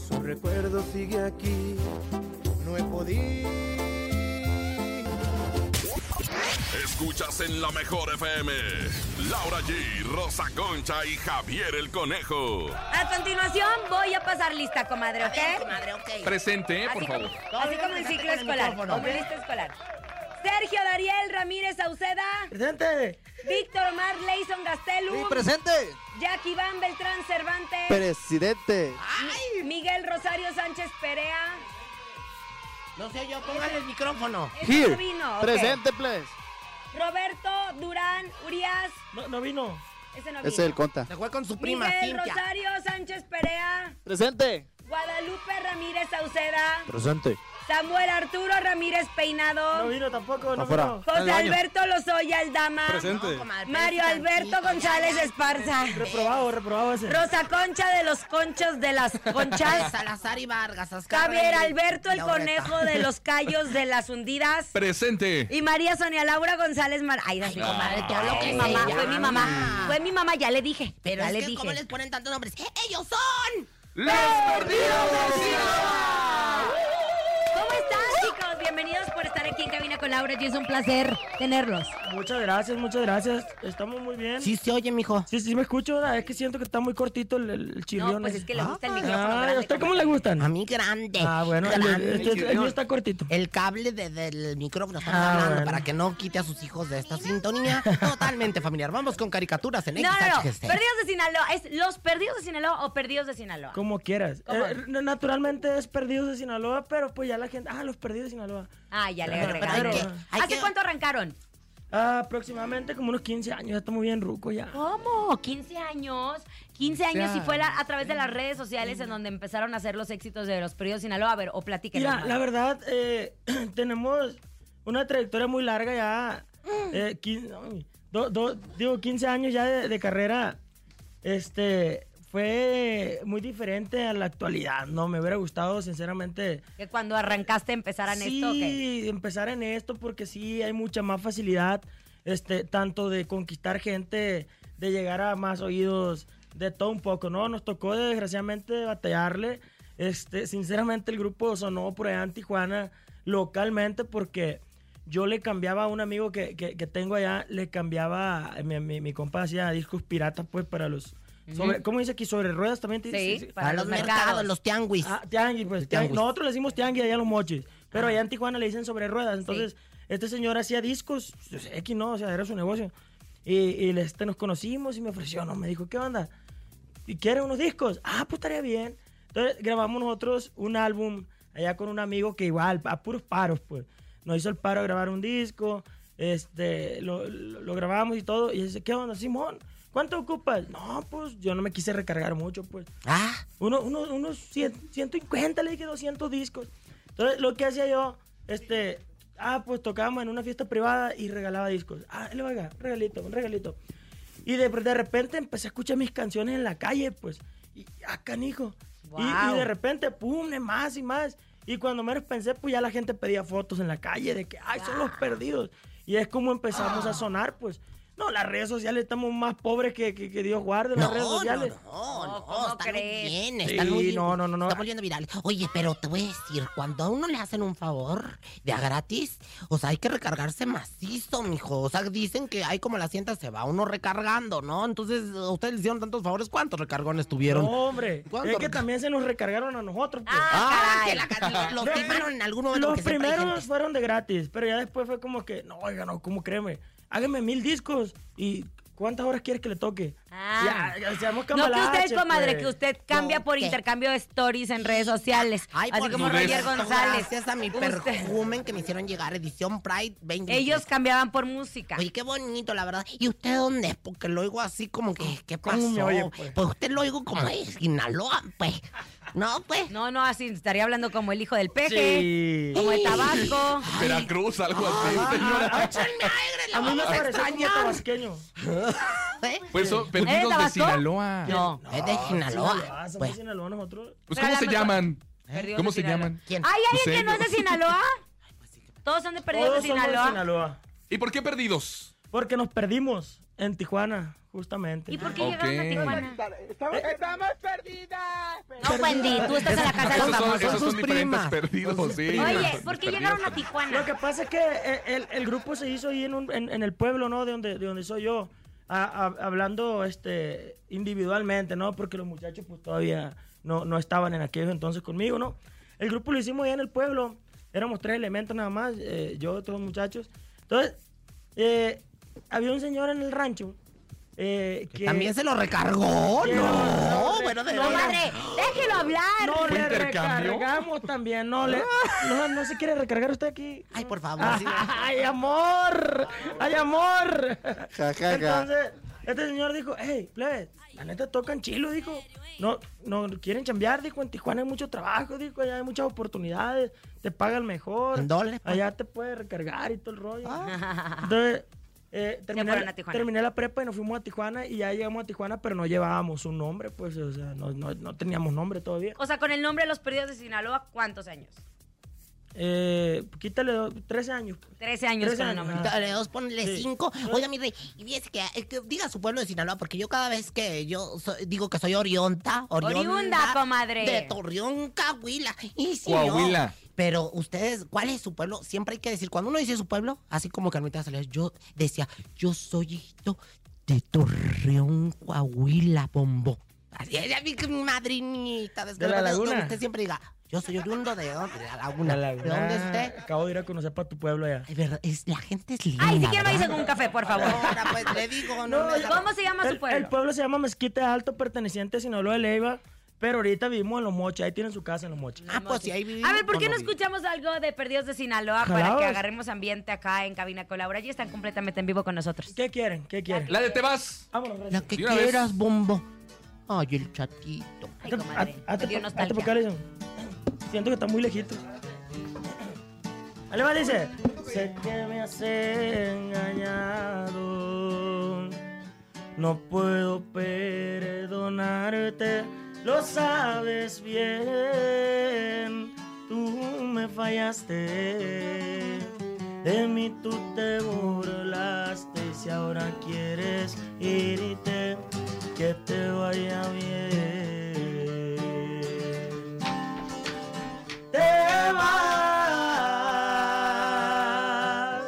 su recuerdo sigue aquí. No he podido. Escuchas en la mejor FM. Laura G, Rosa Concha y Javier el Conejo. A continuación, voy a pasar lista, comadre, A ver, ¿ok? comadre, ok. Presente, eh, por Así como, favor. así como en ciclo Con el escolar. micrófono. Como en lista escolar. Sergio Dariel Ramírez Sauceda. Presente. Víctor Omar Leison Gastelum. presente. Jack Iván Beltrán Cervantes. Presidente. Miguel Rosario Sánchez Perea. No sé yo, póngale el micrófono. Este no vino, ok. please. Roberto Durán Urias. No, vino. Ese no Es vino. el conta. Se fue con su prima, Miguel Cintia. Rosario Sánchez Perea. Presente. Guadalupe Ramírez Sauceda. Presente. Samuel Arturo Ramírez Peinado. vino tampoco, no Afuera. vino. José Al baño. Alberto Lozoya Aldama. Presente. Comadre, Mario tantito, Alberto ya, González ya, ya. Esparza. Reprobado, reprobado ese. Rosa Concha de los conchos de las Chávez, conchas. Salazar y Vargas. Azcárraga Javier y- Alberto el Laureta. conejo de los callos de las hundidas. Presente. Y María Sonia Laura González Mar. Ay, así, comadre, todo lo que Ay, mi mamá. ya. Fue mi mamá. Fue mi mamá, ya le dije. Pero ya es le que, dije. ¿cómo les ponen tantos nombres? ¡Eh, ¡Ellos son! ¡Los perdidos de ¿Cómo están, chicos? Bienvenidos por estar aquí en cabina con Laura y es un placer tenerlos. Muchas gracias, muchas gracias. Estamos muy bien. Sí, se oye, mijo. Sí, sí, me escucho. ¿verdad? Es que siento que está muy cortito el, el chirrión. No, pues es que le gusta el Ah, micrófono ¿A grande usted como cómo le gustan? A mí grande. Ah, bueno, el- grande. el- este- el mío está cortito. El cable de- del micrófono estamos Ah, hablando bueno. para que no quite a sus hijos de esta sintonía totalmente familiar. Vamos con caricaturas en No, no, no. XHGC. Perdidos de Sinaloa. ¿Es los perdidos de Sinaloa o perdidos de Sinaloa? Como quieras. Eh, naturalmente es Perdidos de Sinaloa, pero pues ya la gente... Ah, los Perdidos de Sinaloa. Ah, ya le Pero- agregaron. pero- ¿Hace cuánto arrancaron? Ah, aproximadamente como unos 15 años. Ya estamos bien ruco ya. ¿Cómo? ¿15 años? 15 años y años. fue la- a través de las redes sociales en donde empezaron a hacer los éxitos de los perdidos de Sinaloa. A ver, o platíquenos. Mira, más. la verdad, eh, tenemos una trayectoria muy larga ya. eh, quin- ay, do- do- digo, 15 años ya de, de carrera. Este fue muy diferente a la actualidad, ¿no? Me hubiera gustado, sinceramente. Que cuando arrancaste empezaran sí, esto, ¿qué? empezar en esto porque sí hay mucha más facilidad, este, tanto de conquistar gente, de llegar a más oídos, de todo un poco, ¿no? Nos tocó desgraciadamente batallarle. Este, sinceramente el grupo sonó por allá en Tijuana localmente porque yo le cambiaba a un amigo que, que- que tengo allá, le cambiaba, mi, mi, mi compa hacía discos piratas pues para los... sobre- Ujú. ¿Cómo dice aquí? ¿Sobre ruedas también? te- Sí, para los mercados, los tianguis. Ah, tianguis, pues. tianguis. tianguis. Nosotros le decimos tianguis allá a los mochis. Pero allá en Tijuana le dicen sobre ruedas. Entonces, este señor hacía discos. yo sé, X no, o sea, era su negocio. Y, y este, nos conocimos y me ofreció, no, me dijo, ¿qué onda? ¿Y quieren unos discos? Ah, pues estaría bien. Entonces grabamos nosotros un álbum allá con un amigo que igual, a puros paros, pues. Nos hizo el paro de grabar un disco, este, lo, lo- lo grabamos y todo. Y dice, ¿qué onda, Simón? ¿Cuánto ocupas? No, pues yo no me quise recargar mucho, pues. Ah. Uno, uno, unos cien- 150, le dije 200 discos. Entonces lo que hacía yo, este, ah, pues tocábamos en una fiesta privada y regalaba discos. Ah, le vaga, regalito, un regalito. Y de, de repente empecé a escuchar mis canciones en la calle, pues. Y ah, canijo. Y- Y, Guau. de repente, pum, de más y más. Y cuando menos pensé, pues ya la gente pedía fotos en la calle de que, ay, son los perdidos. Y es como empezamos Ah. a sonar, pues. No, las redes sociales estamos más pobres que, que- que Dios guarde las No, redes no, sociales. No, no, ¿cómo están crees? muy bien, están Sí, muy bien. no, no, no, no. Estamos yendo virales. Oye, pero te voy a decir, cuando a uno le hacen un favor de a gratis, o sea, hay que recargarse macizo, mijo. O sea, dicen que hay como la sienta se va uno recargando, ¿no? Entonces, a ustedes le hicieron tantos favores, ¿cuántos recargones tuvieron? No, hombre. ¿Cuánto Es que reca- también se nos recargaron a nosotros. pues. Ah, que la ca- los No, timaron en algún momento. Los porque siempre hay gente. primeros fueron de gratis, pero ya después fue como que, no, oiga, no, ¿cómo créeme? Hágame mil discos y ¿cuántas horas quieres que le toque? Ah. Ya, ya No seamos que cambalaches, usted, comadre, pues. que usted cambia por intercambio de stories en redes sociales. Ah, Ay, así por como supuesto, Roger González. Gracias a mi Usted- perfumen que me hicieron llegar, edición Pride 20. Ellos cambiaban por música. Oye, qué bonito, la verdad. ¿Y usted dónde es? Porque lo oigo así como que, ¿qué pasó? ¿Cómo me oye, pues? pues? usted lo oigo como de Sinaloa, pues. No, pues. No, no, así estaría hablando como el hijo del peje, Sí. como el Tabasco. Veracruz, algo así, Ah, señora. Échenme aire, la A mí me vamos a pareció como extrañar. tabasqueño. ¿Eh? Pues son ¿Eres perdidos de Tabasco? Sinaloa. No. es de Sinaloa. Ah, Sinaloa, somos pues. Sinaloa nosotros. Pues, Pero ¿cómo a se lo llaman? Perdidos ¿Cómo de se Sinaloa. llaman? ¿Quién? ¿Hay alguien que no es de Ustedes. Sinaloa? Todos son de perdidos Todos de somos Sinaloa. Sinaloa. ¿Y por qué perdidos? Porque nos perdimos en Tijuana, justamente. ¿Y por qué Ok. llegaron a Tijuana? Estamos, Eh, estamos perdidas. No, Wendy, tú estás en la casa de los Esos son, famosos, sus esos son diferentes primas. perdidos, sí. Oye, ¿por qué Perdidos. llegaron a Lo Tijuana? que pasa es que eh, el, el grupo se hizo ahí en, un- en- en el pueblo, ¿no? De donde, de donde soy yo, a- a- hablando este, individualmente, ¿no? Porque los muchachos pues todavía no, no estaban en aquellos entonces conmigo, ¿no? El grupo lo hicimos allá en el pueblo, éramos tres elementos nada más, eh, yo, otros muchachos. Entonces, eh, había un señor en el rancho eh, que... También se lo recargó. que- No, re- pero de no, veras. Comadre, déjelo hablar. No ¿Fue le intercambio? recargamos también, no le... No, no se quiere recargar usted aquí. Ay, por favor. Ah, sí. ¡Ay, amor! ¡Ay, amor! Entonces, este señor dijo, hey, plebes, la neta tocan chilo, dijo. No, no quieren chambear, dijo, en Tijuana hay mucho trabajo, dijo, allá hay muchas oportunidades, te pagan mejor. En dólares, pues. Ah. Allá te puedes recargar y todo el rollo. Entonces, eh, terminé, fueron la- a Tijuana. terminé la prepa y nos fuimos a Tijuana y ya llegamos a Tijuana, pero no llevábamos un nombre, pues, o sea, no, no- no teníamos nombre todavía. O sea, con el nombre de los perdidos de Sinaloa, ¿cuántos años? Eh, quítale do- 13 años. pues. 13 años Trece con el años, nombre. ajá. Dale dos, ponle Sí. cinco. Oiga, mi rey, y fíjese que, eh, que diga su pueblo de Sinaloa, porque yo cada vez que yo so- digo que soy orionta, orionda, Oriunda, comadre. De Torreón, Cahuila. Y si Coahuila. no, pero ustedes, ¿cuál es su pueblo? Siempre hay que decir, cuando uno dice su pueblo, así como Carmita Salinas, yo decía, yo soy hijito de Torreón, Coahuila, bombo. Así es, ya vi que mi madrinita. ¿De la desgraciada, laguna? Usted siempre diga, yo soy oriundo de, dónde? de la laguna. La ¿De dónde es Laguna. usted? Acabo de ir a conocer para tu pueblo allá. Es verdad, es- la gente es linda. Ay, si quiere ¿verdad? váyase con un café, por favor. Ahora pues le digo, no, No, me yo- ¿Cómo se llama El, su pueblo? el pueblo se llama Mezquite Alto, perteneciente a Sinaloa de Leiva, pero ahorita vivimos en Los Mochis, ahí tienen su casa en Los Mochis. Ah, pues sí, ahí vivimos. A ver, ¿por qué no Bueno, escuchamos algo de Perdidos de Sinaloa para Ojalá. que agarremos ambiente acá en Cabina con Laura? Ya están completamente en vivo con nosotros. ¿Qué quieren? ¿Qué quieren? La de Te Vas. Vámonos, La gracias. que De una vez. quieras, bombo. Ay, el chatito. Ay, comadre, Hazte- hazte me dio pa- hazte pa' nostalgia. acá, Alison. Siento que está muy lejito. Vale, vale, dice. Sé que me has engañado. No puedo perdonarte. Lo sabes bien. Tú me fallaste. De mí tú te burlaste. Y si ahora quieres irte, que te vaya bien. Te vas.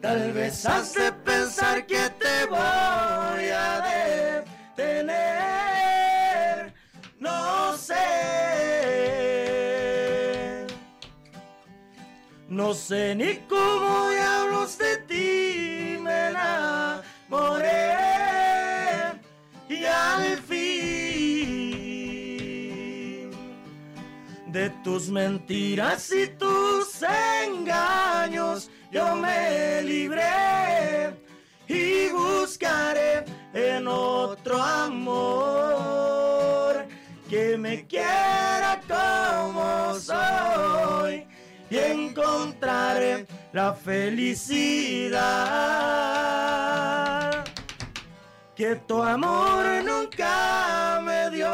Tal vez has de pensar que te voy a detener. No sé. No sé ni cómo diablos de ti me enamoré. Y al fin de tus mentiras y tus engaños yo me libré y buscaré en otro amor que me quiera como soy y encontraré la felicidad que tu amor nunca me dio.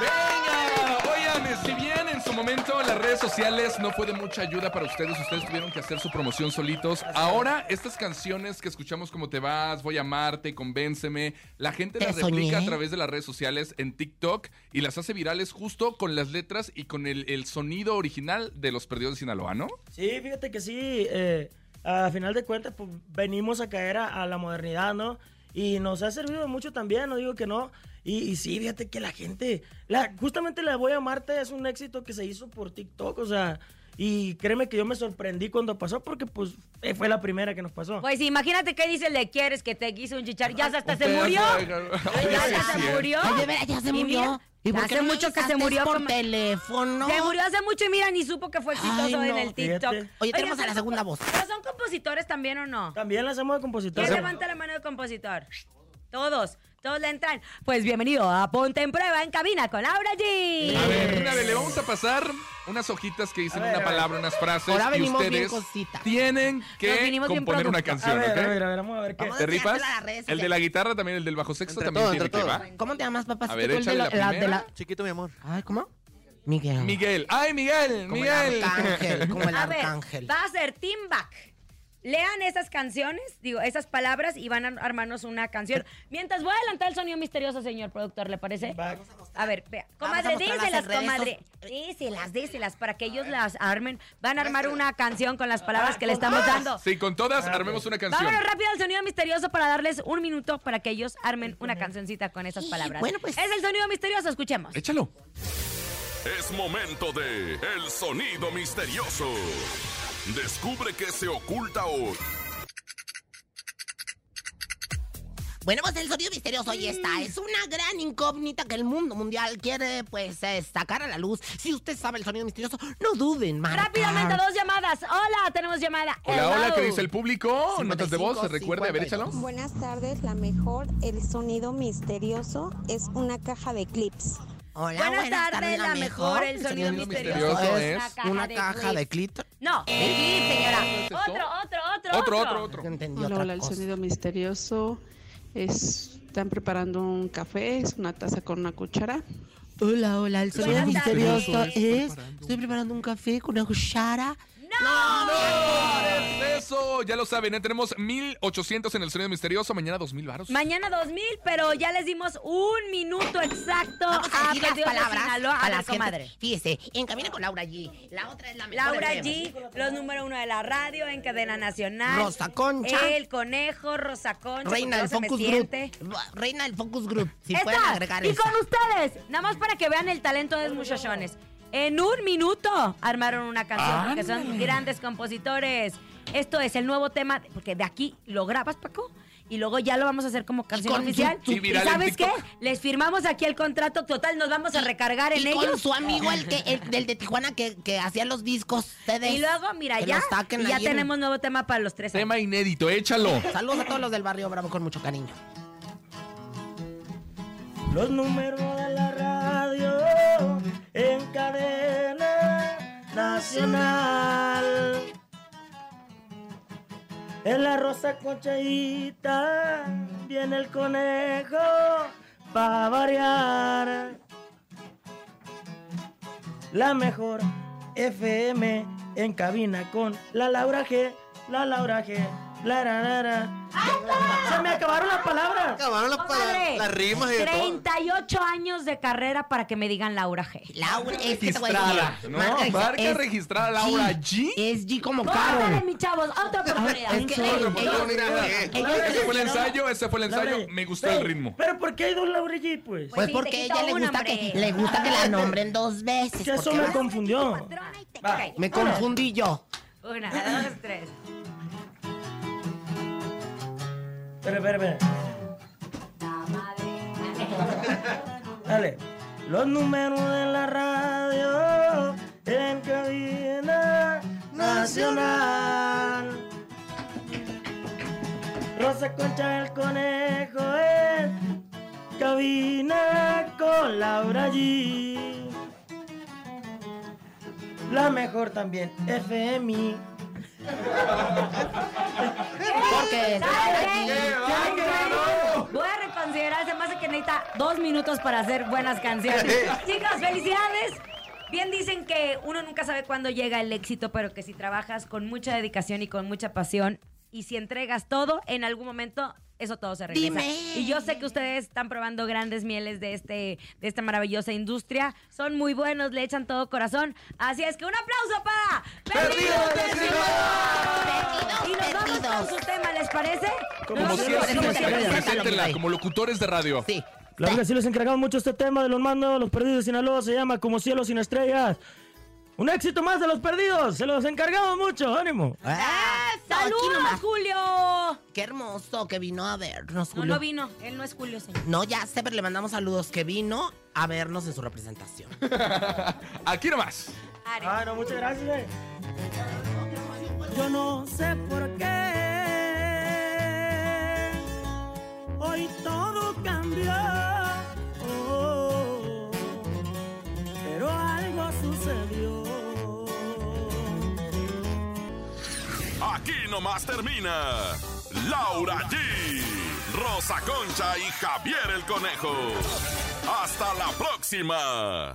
¡Venga! Oigan, si bien en su momento las redes sociales no fue de mucha ayuda para ustedes, ustedes tuvieron que hacer su promoción solitos. Ahora, estas canciones que escuchamos como Te vas, Voy a amarte, Convénceme, la gente Te las replica soñé. a través de las redes sociales en TikTok y las hace virales justo con las letras y con el, el sonido original de Los Perdidos de Sinaloa, ¿no? Sí, fíjate que sí. eh, a final de cuentas, pues, venimos a caer a, a la modernidad, ¿no? Y nos ha servido de mucho también, no digo que no. Y, y sí, fíjate que la gente, la, justamente la de Voy a Marte es un éxito que se hizo por TikTok, o sea, y créeme que yo me sorprendí cuando pasó porque pues eh, fue la primera que nos pasó. Pues imagínate qué dice el de quieres que te quiso un chichar. Ya hasta se Un murió. pedazo de- Oye, Ya sí es hasta se cierto. murió. Ay, de veras, ya se Y murió. mira, ¿Y por qué hace no me mucho que se avisaste murió. por coma- teléfono? Se murió hace mucho y mira, ni supo que fue exitoso Ay, no, en el TikTok. fíjate. Oye, tenemos pero a la son segunda compo- voz. ¿Pero son compositores también o no? También la hacemos de compositor. ¿Quién levanta la mano de compositor? Todos, todos le entran. Pues bienvenido a Ponte en Prueba en Cabina con Laura G. A ver, una vez le vamos a pasar unas hojitas que dicen A ver, una a ver. palabra, unas frases. Ahora y venimos bien ustedes cositas. tienen Nos que vinimos bien componer una productos. A canción, ver, a ver, ¿ok? a ver, vamos a ver qué. Vamos a ¿Te ripas? enseñársela a las redes El de la guitarra también, el del bajo sexto Entre también todos, tiene entre que todos. va. ¿Cómo te llamas, papá? A ver, Tú el de échale la, la la- de primera. la- Chiquito, mi amor. Ay, ¿cómo? Miguel. Miguel, ay Miguel, Como Miguel. el arcángel, como el A ver, arcángel. va a ser Team Back. Lean esas canciones, digo, esas palabras y van a armarnos una canción. Mientras voy a adelantar el sonido misterioso, señor productor, ¿le parece? Va. A ver, vea. Vamos a Comadre, mostrarlas en déselas, redes comadre. Déselas, déselas, para que ellos las armen. Van a armar una canción con las palabras que le estamos dando. Sí, con todas armemos una canción. Vámonos rápido al sonido misterioso para darles un minuto para que ellos armen una cancioncita con esas palabras. bueno, pues. Es el sonido misterioso, escuchemos. Échalo. Es momento de El Sonido Misterioso. Descubre qué se oculta hoy. Bueno, pues el sonido misterioso hoy está. Es una gran incógnita que el mundo mundial quiere, pues, eh, sacar a la luz. Si usted sabe el sonido misterioso, no duden, marcar. Rápidamente, dos llamadas. Hola, tenemos llamada. Hola, hola, Hello. ¿qué dice el público? Notas de 55, voz, recuerde, a ver, échalo. Buenas tardes, la mejor, el sonido misterioso es una caja de clips. Hola, Buenas tardes, la mejor, el sonido misterioso es una caja de clito. No, el clip, señora. ¿Eh? ¿Es eso? Otro, otro, otro. Otro, otro, otro. Entendí Hola, otra hola, el cosa. sonido misterioso. Es, están preparando un café, es una taza con una cuchara Hola, hola, el sonido Buenas tardes. misterioso Estoy es. Estoy preparando un café con una cuchara. ¡No! Eso, ya lo saben, ¿eh? tenemos 1800 en el sonido misterioso, mañana 2000 varos. Mañana 2000, pero ya les dimos un minuto exacto Vamos a decir Perdidos las ah, pues de palabras Sinaloa. para A ver, las gentes. comadre. Fíjese, encamina con Laura G. La otra es la mejor. Laura en temas. G, los número uno de la radio en cadena nacional. Rosa Concha. El conejo, Rosa Concha. Reina porque luego del se Focus me Group. siente. Ba- Reina del Focus Group. Si Esta, pueden agregar y esa. con ustedes, nada más para que vean el talento de los muchachones. En un minuto armaron una canción porque son grandes compositores. Esto es el nuevo tema, porque de aquí lo grabas, Paco, y luego ya lo vamos a hacer como canción con su- oficial. su- Y y viral en sabes qué? TikTok. Les firmamos aquí el contrato total, nos vamos a recargar en Y ellos. con su amigo, el, que, el del de Tijuana, que, que hacía los discos. CDs. Y luego, mira, Que ya, los saquen y ya ahí en- tenemos nuevo tema para los tres. Tema inédito, échalo. Saludos a todos los del barrio Bravo con mucho cariño. Los números de la radio en cadena nacional. En la rosa concha y viene el conejo para variar. La mejor FM en cabina con la Laura G, la Laura G, la ra, ra, ra. Se me acabaron las palabras. Acabaron Oh, las Comadre, palabras, las rimas y de todo. 38 años de carrera para que me digan Laura G. Laura es que te voy a decir, Registrada. No, marca- marca es registrada Laura G. Es G como Córtale, caro. mis chavos, otra oportunidad. Es que Otra ellos- oportunidad. ellos- Ese fue el ensayo, ese fue el Laura ensayo. G. Me gustó el ritmo. Pero ¿por qué hay dos Laura G, pues? Pues porque a ella le gusta, que, le gusta que la nombren dos veces. Que eso porque me va- confundió. Ok, me confundí yo. Una, dos, tres. Espera, espera, espera. Dale. Los números de la radio en cabina nacional. Rosa Concha el Conejo en cabina con Laura G. La mejor también, FMI. ¿Saben qué? Porque ¿Saben qué? Voy a reconsiderar, se me hace que necesita dos minutos para hacer buenas canciones. Chicas, felicidades. Bien dicen que uno nunca sabe cuándo llega el éxito, pero que si trabajas con mucha dedicación y con mucha pasión y si entregas todo, en algún momento eso todo se regresa. Dime. Y yo sé que ustedes están probando grandes mieles de este de esta maravillosa industria. Son muy buenos, le echan todo corazón. Así es que un aplauso para Perdidos de Sinaloa. Y nos vamos con su tema, ¿les parece? Nos Como vamos siempre, con su tema. preséntenla, preséntala, como locutores de radio. Sí. Claro que sí, les encargamos mucho este tema de los más nuevos, los perdidos de Sinaloa, se llama Como Cielo sin Estrellas. Un éxito más de los perdidos, se los encargamos mucho, ánimo. Ah, ¡Saludos, Julio! Ah, Qué hermoso que vino a vernos, No, Julio. no vino. Él no es Julio, señor. No, ya sé, pero le mandamos saludos que vino a vernos en su representación. Aquí nomás. Are. Ah, no, muchas gracias. eh. Yo no sé por qué hoy todo cambió, oh, pero algo sucedió. Aquí nomás termina Laura G, Rosa Concha y Javier el Conejo. Hasta la próxima.